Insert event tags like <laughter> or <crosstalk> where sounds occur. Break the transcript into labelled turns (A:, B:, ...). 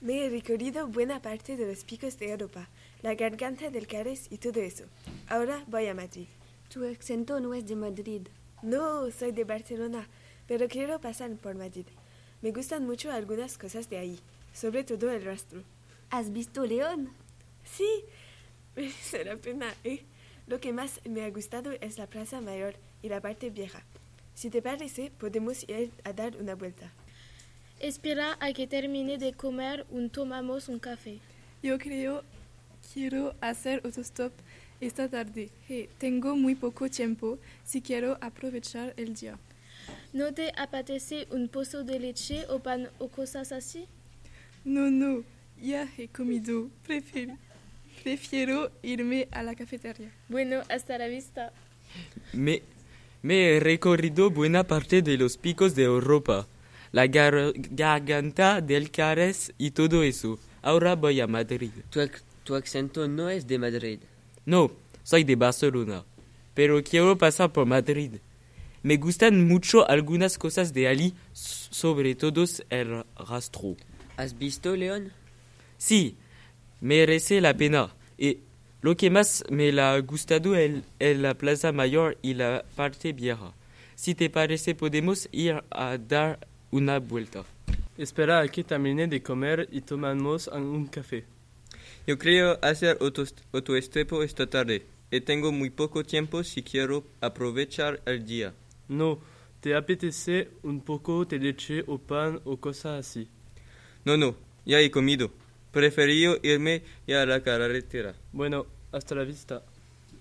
A: Me he recorrido buena parte de los picos de Europa, la garganta del Cares y todo eso. Ahora voy a Madrid.
B: Tu acento no es de Madrid.
A: No, soy de Barcelona, pero quiero pasar por Madrid. Me gustan mucho algunas cosas de ahí, sobre todo el rastro.
B: ¿Has visto León?
A: Sí, <laughs> merece la pena, ¿eh? Lo que más me ha gustado es la Plaza Mayor y la parte vieja. Si te parece, podemos ir a dar una vuelta.
C: Espera a que termine de comer un tomamos un café.
D: Yo creo quiero hacer autostop esta tarde. Hey, tengo muy poco tiempo si quiero aprovechar el día.
C: ¿No te apetece un pozo de leche o pan o cosas así?
D: No, no, ya he comido. Prefiero, prefiero irme a la cafetería.
C: Bueno, hasta la vista.
E: Me, me he recorrido buena parte de los picos de Europa, la gar- garganta del Cares y todo eso. Ahora voy a Madrid.
F: Tu, ac- tu acento no es de Madrid.
E: No, soy de Barcelona, pero quiero pasar por Madrid. Me gustan mucho algunas cosas de allí, s- sobre todo el rastro.
F: ¿Has visto León?
E: Sí, merece la pena. Y lo que más me la ha gustado es, es la Plaza Mayor y la parte vieja. Si te parece, podemos ir a dar una vuelta.
G: Espera a que termine de comer y tomamos un café.
H: Yo creo hacer autost- autoestrepo esta tarde y tengo muy poco tiempo si quiero aprovechar el día.
G: No, te apetece un poco de leche o pan o cosas así.
H: No, no, ya he comido. Preferí irme ya a la carretera.
G: Bueno, hasta la vista.